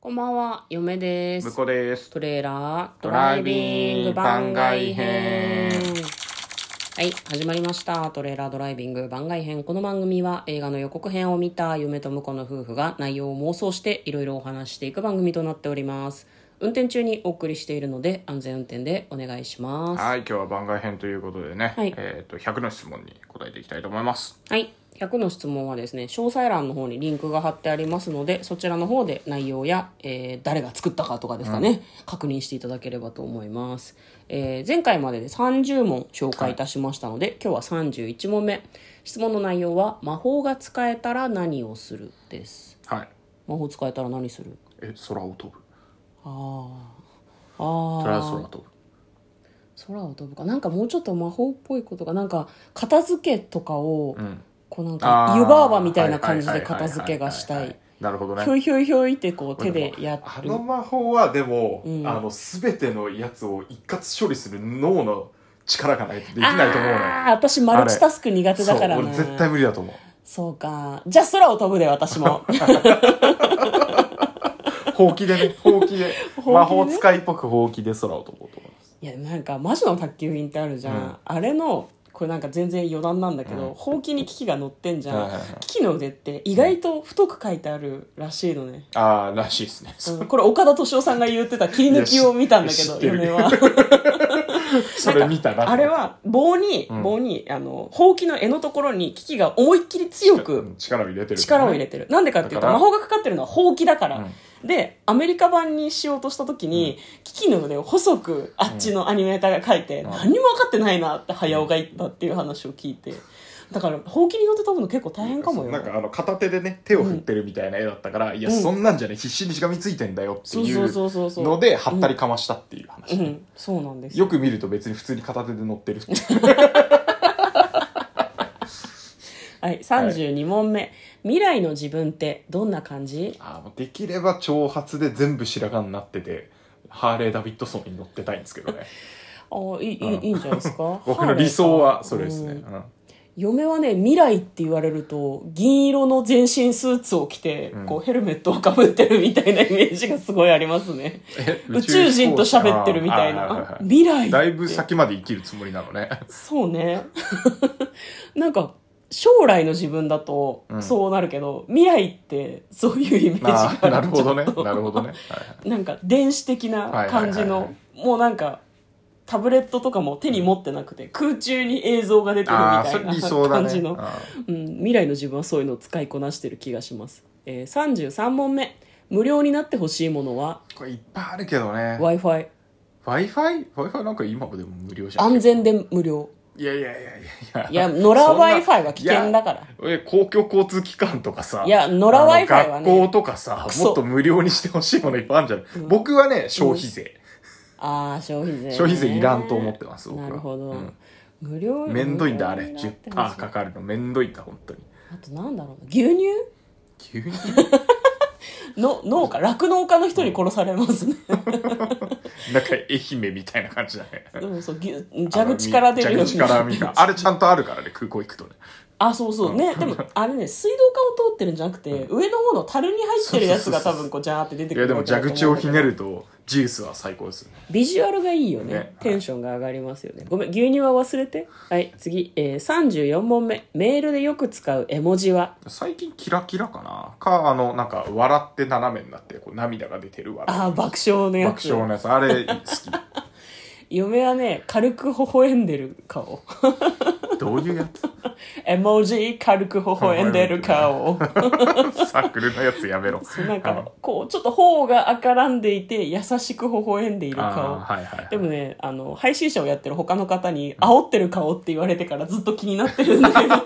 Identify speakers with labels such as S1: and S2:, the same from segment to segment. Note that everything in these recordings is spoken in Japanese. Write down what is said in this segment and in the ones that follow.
S1: こんばんは、嫁です。
S2: 向こうです。
S1: トレーラード
S2: ド
S1: ラ
S2: ラ
S1: イ
S2: イ
S1: ビ
S2: ビ
S1: ン
S2: ン
S1: グ
S2: グ
S1: 番
S2: 番
S1: 外
S2: 外
S1: 編
S2: 編。
S1: はい、始まりました。トレーラードライビング番外編。この番組は映画の予告編を見た嫁と婿の夫婦が内容を妄想していろいろお話していく番組となっております。運転中にお送りしているので安全運転でお願いします。は
S2: はい、今日は番外編ということでね、
S1: はい
S2: えっ、と、100の質問に答えていきたいと思います。
S1: い。100の質問はですね、詳細欄の方にリンクが貼ってありますので、そちらの方で内容や、えー誰が作ったかとかですかね、確認していただければと思います。えー前回までで30問紹介いたしましたので、今日は31問目。質問の内容は、魔法が使えたら何をするです。
S2: はい。
S1: 魔法使えたら何する
S2: え、空を飛ぶ。
S1: ああ。
S2: とりあえず
S1: ああ
S2: 空。を飛ぶ。
S1: 空を飛ぶか。なんかもうちょっと魔法っぽいことが、なんか、片付けとかを、
S2: うん。
S1: こうなん
S2: あ
S1: か
S2: ー
S1: 湯婆婆みたいな感じで片付けがした
S2: はいはいははははなるほど
S1: ひょ。
S2: ね
S1: いひょいひょいってこう手でや
S2: あ
S1: る
S2: の魔法はでも、
S1: うん
S2: あの全てのやつを一括処理する脳の力がないとできないと思うのよ
S1: あー私マルチタスク苦手だから
S2: そう
S1: な
S2: 俺絶対無理だと思う
S1: そうかじゃあ空を飛ぶで私 も
S2: ほうきでねほうきで
S1: ほうきでね
S2: 魔法使いっぽくほうきで空を飛ぼうと思います
S1: いやなんか魔女の宅急便ってあるじゃん、
S2: うん
S1: あれのこれなんか全然余談なんだけど、ほうきに機器が乗ってんじゃん、
S2: はいはいはい
S1: 機器の腕って意外と太く書いてあるらしいのね、
S2: ああらしいですね、
S1: うんこれ岡田敏夫さんが言ってた切り抜きを見たんだけ
S2: いや
S1: ど
S2: 知ってる
S1: 嫁は
S2: それ見たな
S1: あれは棒に、
S2: うん
S1: 棒に、あの、ほうきの柄のところに機器が思いっきり強
S2: う
S1: く
S2: ん力を入れてる、
S1: 力を入れてる。なんでかっていうと、
S2: だから
S1: 魔法がかかってるのはほうきだから。で、アメリカ版にしようとした時に、機器の腕を細くあっちのアニメーターが書いて、
S2: うん
S1: 何にも分かってないなって早尾が言ったっていう話を聞いて。だから、ほうきに乗って飛ぶの結構大変かもよ。
S2: なんかあの片手でね手を振ってるみたいな絵だったから、いや
S1: うん
S2: そんなんじゃね必死にしがみついてんだよって
S1: そう
S2: い
S1: そううそうそうそう。
S2: のではったりかましたっていう話、
S1: うん、そうなんですよ。
S2: よく見ると別に普通に片手で乗って るっていう
S1: はい、32問目、未来の自分ってどんな感じ
S2: あーもうできれば長髪で全部白髪になっててハーレー・ダビッドソンに乗ってたいんですけど ね
S1: ああ、いい、いい
S2: うん
S1: いいんじゃないですか
S2: 僕の理想はそれですね、
S1: うん
S2: うん
S1: 嫁はね未来って言われると銀色の全身スーツを着て、
S2: うん
S1: こうヘルメットをかぶってるみたいなイメージがすごいありますね
S2: え
S1: 宇宙人と喋ってるみたい
S2: あーはいはい
S1: な
S2: はい
S1: 未来って
S2: だいぶ先まで生きるつもりなのね
S1: そうねなんか将来の自分だと
S2: うん
S1: そうなるけど、未来ってそう いうイメージが
S2: あ
S1: あ
S2: ー
S1: る
S2: なるほどね
S1: ちょっと
S2: なるほどね、はい
S1: なんか電子的な感じの、
S2: はいはいはい
S1: もうなんかタブレットとかも手に持ってなくて、空中に映像が出てるみ
S2: ああー
S1: た
S2: そ
S1: い
S2: れ
S1: な
S2: 理想だ
S1: 感
S2: ね
S1: じの
S2: うん
S1: うん、未来の自分はそういうのを使いこなしてる気がします、えー、33問目無料になってほしいものは
S2: これいっぱいあるけどね
S1: w i f i
S2: w i f i w i f i なんか今もでも無料じゃん
S1: 安全で無 料
S2: いやいやいやいや
S1: いや野良
S2: そ
S1: w
S2: んな
S1: i f i は危険だから
S2: いやえ公共交通機関とかさ
S1: いや野良
S2: あの
S1: Wi-Fi はね
S2: 学校とかさ
S1: クソ
S2: もっと無料にしてほしいものいっぱいあるんじゃない、
S1: ん
S2: 僕はね消費税、
S1: ああ消費税ね、
S2: 消費税いらんと思ってます僕は
S1: なるほど、
S2: うん
S1: 無料
S2: めんどいんだあれ
S1: 無料になって
S2: 10%
S1: ほしい
S2: かかるのめんどいんだ本当に
S1: あとなんだろうな牛乳
S2: 急に
S1: の農家酪農家の人に殺されますね、
S2: なんか愛媛みたいな感じだね
S1: でもそう牛 蛇口から出るよ
S2: 蛇口からみんなあれちゃんとあるからね空港行くとね
S1: あそうそうねでもあれね水道管を通ってるんじゃなくて、上の方の樽に入ってるやつが多分こうジャーって出て
S2: い
S1: く
S2: や
S1: る
S2: でも
S1: わけだと
S2: 蛇
S1: 思う
S2: 口をひねるとジュースは最高ですよね
S1: ビジュアルがいいよね
S2: ね
S1: テンションが上がりますよねごめん牛乳は忘れてはい次、えー、34問目メールでよく使う絵文字は
S2: 最近キラキラかなかあのなんか笑って斜めになってこう涙が出てる笑い
S1: ああ爆笑のや
S2: 爆
S1: つ
S2: 笑のやつあれ好き
S1: 嫁はね軽く微笑んでる顔
S2: どういうやつ
S1: 絵文字軽く微笑んでる顔
S2: サークルのやつやめろ
S1: そうなん
S2: あ
S1: か
S2: の
S1: こうちょっと頬が赤らんでいて優しく微笑んでいる
S2: あ
S1: 顔
S2: ーはいはい
S1: でもねあの配信者をやってる他の方に煽ってる顔って言われてからずっと気になってるんだけど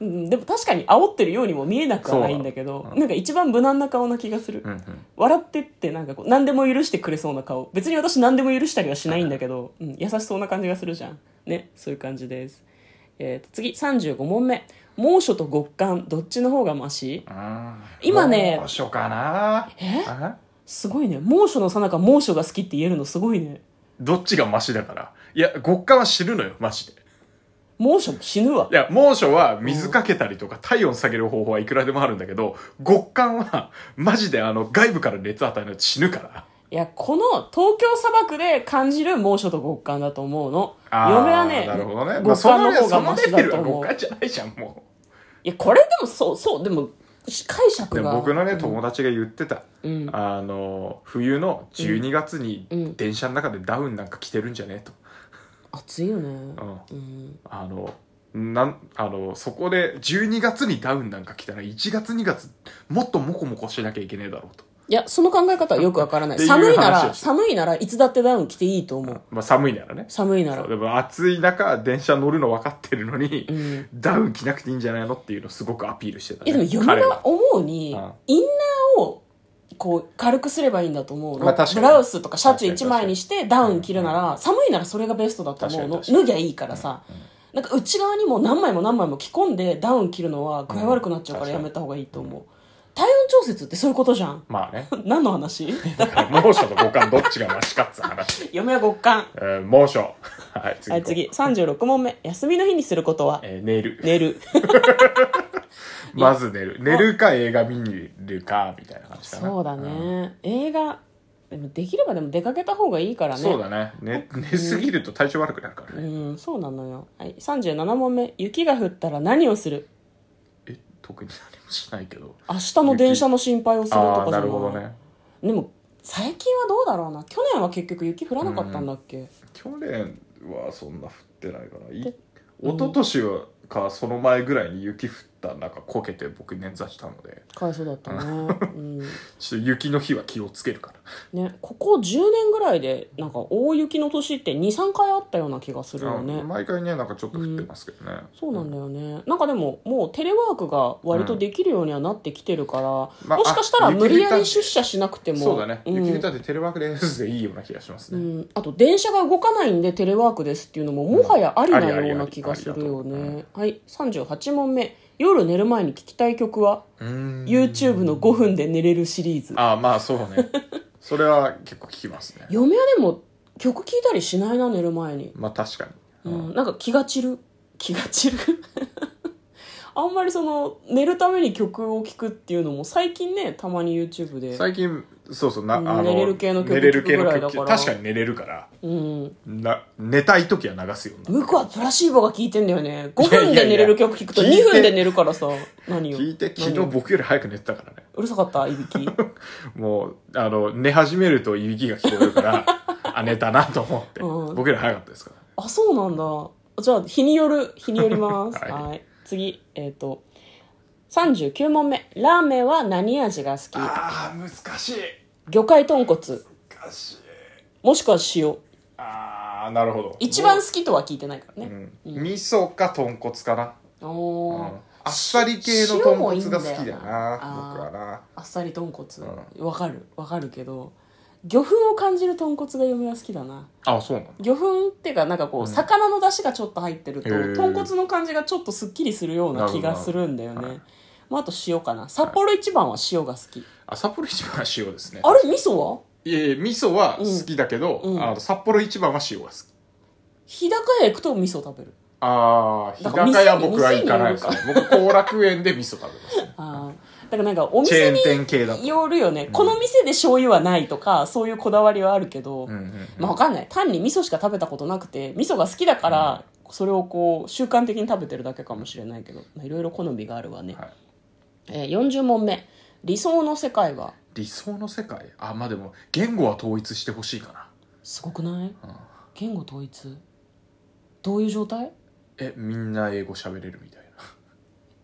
S1: うん、でも確かに煽ってるようにも見えなくはないんだけど
S2: そうなの
S1: なんか一番無難な顔な気がする、
S2: うんうん
S1: 笑ってってなんかこう何でも許してくれそうな顔別に私何でも許したりはしないんだけど、うん、優しそうな感じがするじゃんねそういう感じです、えーと次35問目猛暑と極寒どっちの方がマシ
S2: うん
S1: 今ね
S2: どうしようかな
S1: え
S2: あ
S1: すごいね猛暑のさなか猛暑が好きって言えるのすごいね
S2: どっちがマシだからいや極寒は知るのよマジで
S1: 猛暑も死ぬわ
S2: い。や、猛暑は水かけたりとか体温下げる方法はいくらでもあるんだけど、極寒はマジであの外部から熱与えると死ぬから。
S1: いや、この東京砂漠で感じる猛暑と極寒だと思うの。
S2: あー
S1: 嫁はね、
S2: なるほどね。まあ、
S1: 極
S2: そ
S1: 寒
S2: の
S1: の
S2: ね
S1: 方
S2: そ
S1: が
S2: の
S1: マ
S2: レ
S1: シ
S2: ベ
S1: だ
S2: ル
S1: と
S2: は
S1: 思
S2: 極
S1: う。
S2: 寒じゃないじゃん、も
S1: いや、これでもそう、そう、でも、解
S2: う。で
S1: 釈が。
S2: も僕のね、友達が言ってた。
S1: うん。
S2: あの、冬の12月に
S1: うん
S2: 電車の中でダウンなんか着てるんじゃねえと。
S1: 暑いよね。
S2: うん。
S1: うん。
S2: あの、なん、あの、そこで12月にダウンなんか着たら1月2月もっとモコモコしなきゃいけねえだろうと。
S1: いや、その考え方はよくわからな
S2: っ
S1: い。
S2: ていう
S1: 寒いな
S2: 話を
S1: ら、
S2: して
S1: 寒いならいつだってダウン着ていいと思う。
S2: まあ寒いならね。
S1: 寒いなら
S2: そう。でも暑い中電車乗るの分かってるのに、
S1: うん。
S2: ダウン着なくていいんじゃないのっていうのをすごくアピールして
S1: い
S2: た、ね、
S1: や、でも嫁
S2: 彼
S1: が
S2: は
S1: 思うに
S2: うん、
S1: インナーを、こう、軽くすればいいんだと思うの。
S2: まあ確かに
S1: ブラウスとかシャツ一
S2: 確かに確か
S1: 枚
S2: に
S1: にしてダウン着るなら、寒いならそれがベストだと思うの。
S2: 確かに確かに
S1: 脱ぎゃいいからさ。なんか内側にも何枚も何枚も着込んでダウン着るのは具合悪くなっちゃうからやめた方がいいと思う。体温調節ってそういうことじゃん。
S2: まあね
S1: 何の 話
S2: だから猛暑と五感どっちがマシかっつう話、
S1: 嫁は極寒。
S2: えー猛暑はい次
S1: はい、次。36問目。休みの日にすることは
S2: えー寝る
S1: 寝 る。
S2: まず寝る寝るか映画見にるかみたいな感じかな
S1: そうだね、映画でもできればでも出かけた方がいいからね
S2: そうだね寝寝すぎると体調悪くなるからね、
S1: うんそうなのよ、はい、37問目雪が降ったら何をする
S2: え特に何もしないけど
S1: 明日の電車の心配をすると
S2: あ
S1: か
S2: あ
S1: じゃ
S2: な
S1: な
S2: る
S1: い
S2: ほどね
S1: でも最近はどうだろうな去年は結局雪降らなかったんだっけ、
S2: 去年はそんな降ってないかない一昨年はかその前ぐらいに雪降った中こけて僕捻挫したので
S1: かわいそうだったね,、うん、
S2: ちょっと雪の日は気をつけるから
S1: ねここ10年ぐらいでなんか大雪の年って23回あったような気がするよね
S2: あ毎回ねなんかちょっと降ってますけどね、
S1: そうなんだよねなんかでももうテレワークが割とできるようにはなってきてるから、
S2: まあ
S1: もしかしたら
S2: あ
S1: 無理やり
S2: 雪
S1: 出
S2: 降
S1: 社しなくても
S2: そうだね、
S1: うん
S2: 雪降ったってテレワークですでいいような気がします
S1: う
S2: ね、
S1: ん、あと電車が動かないんでテレワークですっていうのももはやありなような気がするよ
S2: うんありありありあ
S1: ねはい38問目夜寝る前に聞きたい曲は
S2: うーん
S1: YouTube の5分で寝れるシリーズ
S2: ああまあそうね それは結構聞きますね
S1: 嫁はでも曲聴いたりしないな寝る前に、
S2: まあ確かに、
S1: う
S2: うん
S1: ん、なんか気が散る気が散るあんまりその寝るために曲を聴くっていうのも最近ねたまに YouTube で、
S2: 最近そうそうなあ
S1: うん
S2: の
S1: 寝れる系の曲
S2: 寝れる系
S1: 聞く
S2: の
S1: ぐらいだ
S2: 曲
S1: から
S2: 確かに寝れるから
S1: うん、
S2: な寝たい時は流すようにな
S1: 向
S2: る
S1: こうはプラシーボが聴いてんだよね5
S2: いや
S1: 分
S2: いや
S1: で
S2: いや
S1: 寝れる曲聴くと
S2: 聞いて
S1: 2分で寝るからさ何よ
S2: 聞いて昨日
S1: 何よ
S2: 僕より早く寝てたからね
S1: うるさかったいびき
S2: もうあの寝始めるといびきが聞こえるから あ寝たなと思って、
S1: うん
S2: 僕より早かったですからね
S1: あ、そうなんだ。じゃあ、日による、日によります。
S2: はい
S1: はい、次、えっ、と、39問目。ラーメンは何味が好き
S2: ああ難しい
S1: 魚介豚骨、
S2: 難しい
S1: もしくは塩。
S2: ああなるほど
S1: 一番好きとは聞いてないからね。
S2: うん、味噌か豚骨かな、
S1: お
S2: うん
S1: ー
S2: あっさり系の豚骨が好きだ
S1: 塩も
S2: な
S1: いいんだよなあー
S2: 僕はな
S1: あっさり豚骨。わかる、わかるけど、魚粉を感じる豚骨が嫁は好きだな。
S2: あそうなの
S1: 魚粉っていうか、なんかこう、魚の出汁がちょっと入ってると
S2: へ、ー
S1: 豚骨の感じがちょっとすっきりするような気がするんだよ
S2: なるほど
S1: ね。まあ、あと塩かな。札幌一番は塩が好き。
S2: あ札幌一番は塩ですね
S1: あれ味噌はい
S2: えいえ味噌は好きだけど、
S1: うんうん
S2: あの札幌一番は塩が好き
S1: 日高屋行くと味噌食べる
S2: ああ日
S1: だから
S2: 高屋僕は行かないですね
S1: 店
S2: 僕後楽園で味噌食 べますね
S1: ああだからなんかお
S2: チェ
S1: 店
S2: ーン
S1: に
S2: 店系だと
S1: よるよねこの店で醤油はないとかそういうこだわりはあるけど、
S2: うんうんうん
S1: まあわかんない単に味噌しか食べたことなくて味噌が好きだからそれをこう習慣的に食べてるだけかもしれないけどまあいろいろ好みがあるわね、
S2: はい
S1: えー40問目理想の世界は
S2: 理想の世界あまあでも言語は統一してほしいかな
S1: すごくない
S2: ん
S1: 言語統一どういう状態
S2: えみんな英語喋れるみたいな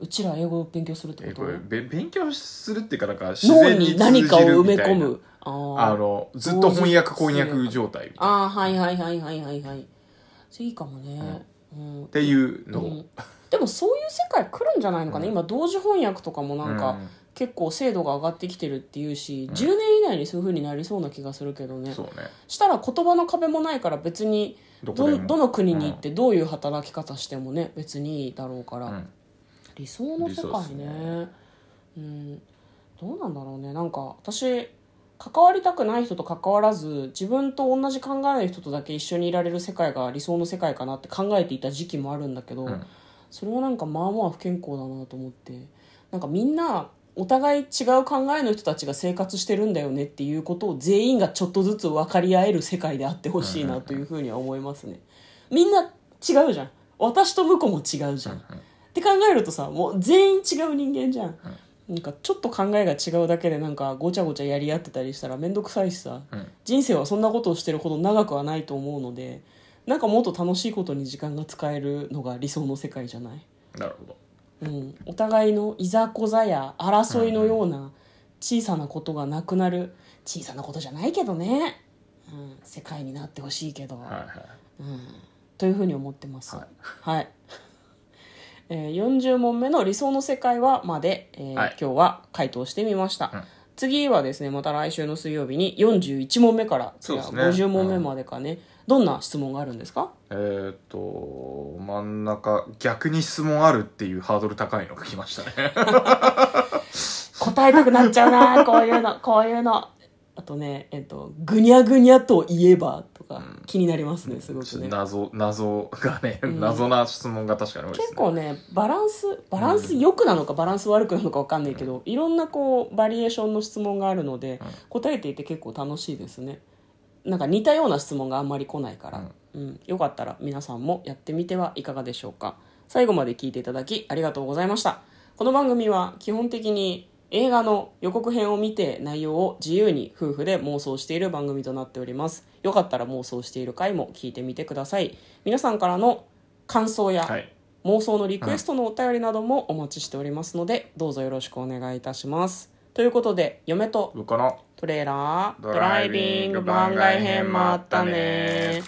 S1: うちら英語を勉強するって
S2: 英
S1: こ
S2: 語
S1: と
S2: べ勉強するっていうかなんか自
S1: 脳
S2: 然に
S1: に
S2: 通じる
S1: 何
S2: み
S1: かを
S2: たいな
S1: 埋め込むあー
S2: あのずっと翻訳翻訳状態みたいな
S1: ああはいはいはいはいはいはいそれいいかもね、うん
S2: っていうのを、
S1: うんでもそういう世界来るんじゃないのかな、今同時翻訳とかもなん
S2: う
S1: か
S2: ん
S1: 結構精度が上がってきてるっていうし、10年以内にそういう風になりそうな気がするけどね
S2: そうね
S1: したら言葉の壁もないから別に
S2: ど
S1: ど
S2: こでも
S1: どの国に行ってどういう働き方してもね別にいいだろうから、
S2: うん
S1: 理想の世
S2: 理想っ
S1: 界
S2: す
S1: ね
S2: ね
S1: うんどうなんだろうねなんか私関わりたくない人と関わらず自分と同じ考えの人とだけ一緒にいられる世界が理想の世界かなって考えていた時期もあるんだけど、
S2: うん
S1: それはなんかまあまあ不健康だなと思ってなんかみんなお互い違う考えの人たちが生活してるんだよねっていうことを全員がちょっとずつ分かり合える世界であってほしいなというふうには思いますね。みんな違うじゃん私と向こうも違うじゃんって考えるとさもう全員違う人間じゃん、なんかちょっと考えが違うだけでなんかごちゃごちゃやり合ってたりしたら面倒くさいしさ、
S2: うん
S1: 人生はそんなことをしてるほど長くはないと思うのでなんかもっと楽しいことに時間が使えるのが理想の世界じゃない、
S2: なるほど
S1: うん、お互いのいざこざや争いのような小さなことがなくなる小さなことじゃないけどね、うん、世界になってほしいけど、
S2: はいはい
S1: うん、というふうに思ってます。は、
S2: はい
S1: えー40問目の「理想の世界は」まで、えー
S2: はい
S1: 今日は回答してみました、
S2: うん
S1: 次はですねまた来週の水曜日に41問目から、
S2: そうですね
S1: いや50問目までかね、どんな質問があるんですか
S2: えーっと真ん中逆に質問あるっていうハードル高いのが来ましたね
S1: 答えたくなっちゃう なこういうのこういうのあとねえっ、と「ぐにゃぐにゃといえば」とか気になりますね、すごくね
S2: 謎謎がね、
S1: ん
S2: 謎な質問が確かに多いですね
S1: 結構ねバランスバランス良くなのかバランス悪くなのか分かんないけど、いろんなこうバリエーションの質問があるので、
S2: うん
S1: 答えていて結構楽しいですねなんか似たような質問があんまり来ないから、うんよかったら皆さんもやってみてはいかがでしょうか最後まで聞いていただきありがとうございましたこの番組は基本的に映画の予告編を見て内容を自由に夫婦で妄想している番組となっておりますよかったら妄想している回も聞いてみてください皆さんからの感想や、
S2: はい
S1: 妄想のリクエストのお便りなどもお待ちしておりますので、どうぞよろしくお願いいたします。ということで、嫁と
S2: 僕の
S1: トレーラー、ド
S2: ド
S1: ラ
S2: ラ
S1: イ
S2: イ
S1: ビ
S2: ビ
S1: ン
S2: ン
S1: グ
S2: グ
S1: 番
S2: 番
S1: 外
S2: 外
S1: 編
S2: 編
S1: も
S2: も
S1: あ
S2: あ
S1: っ
S2: ったた
S1: ね
S2: ね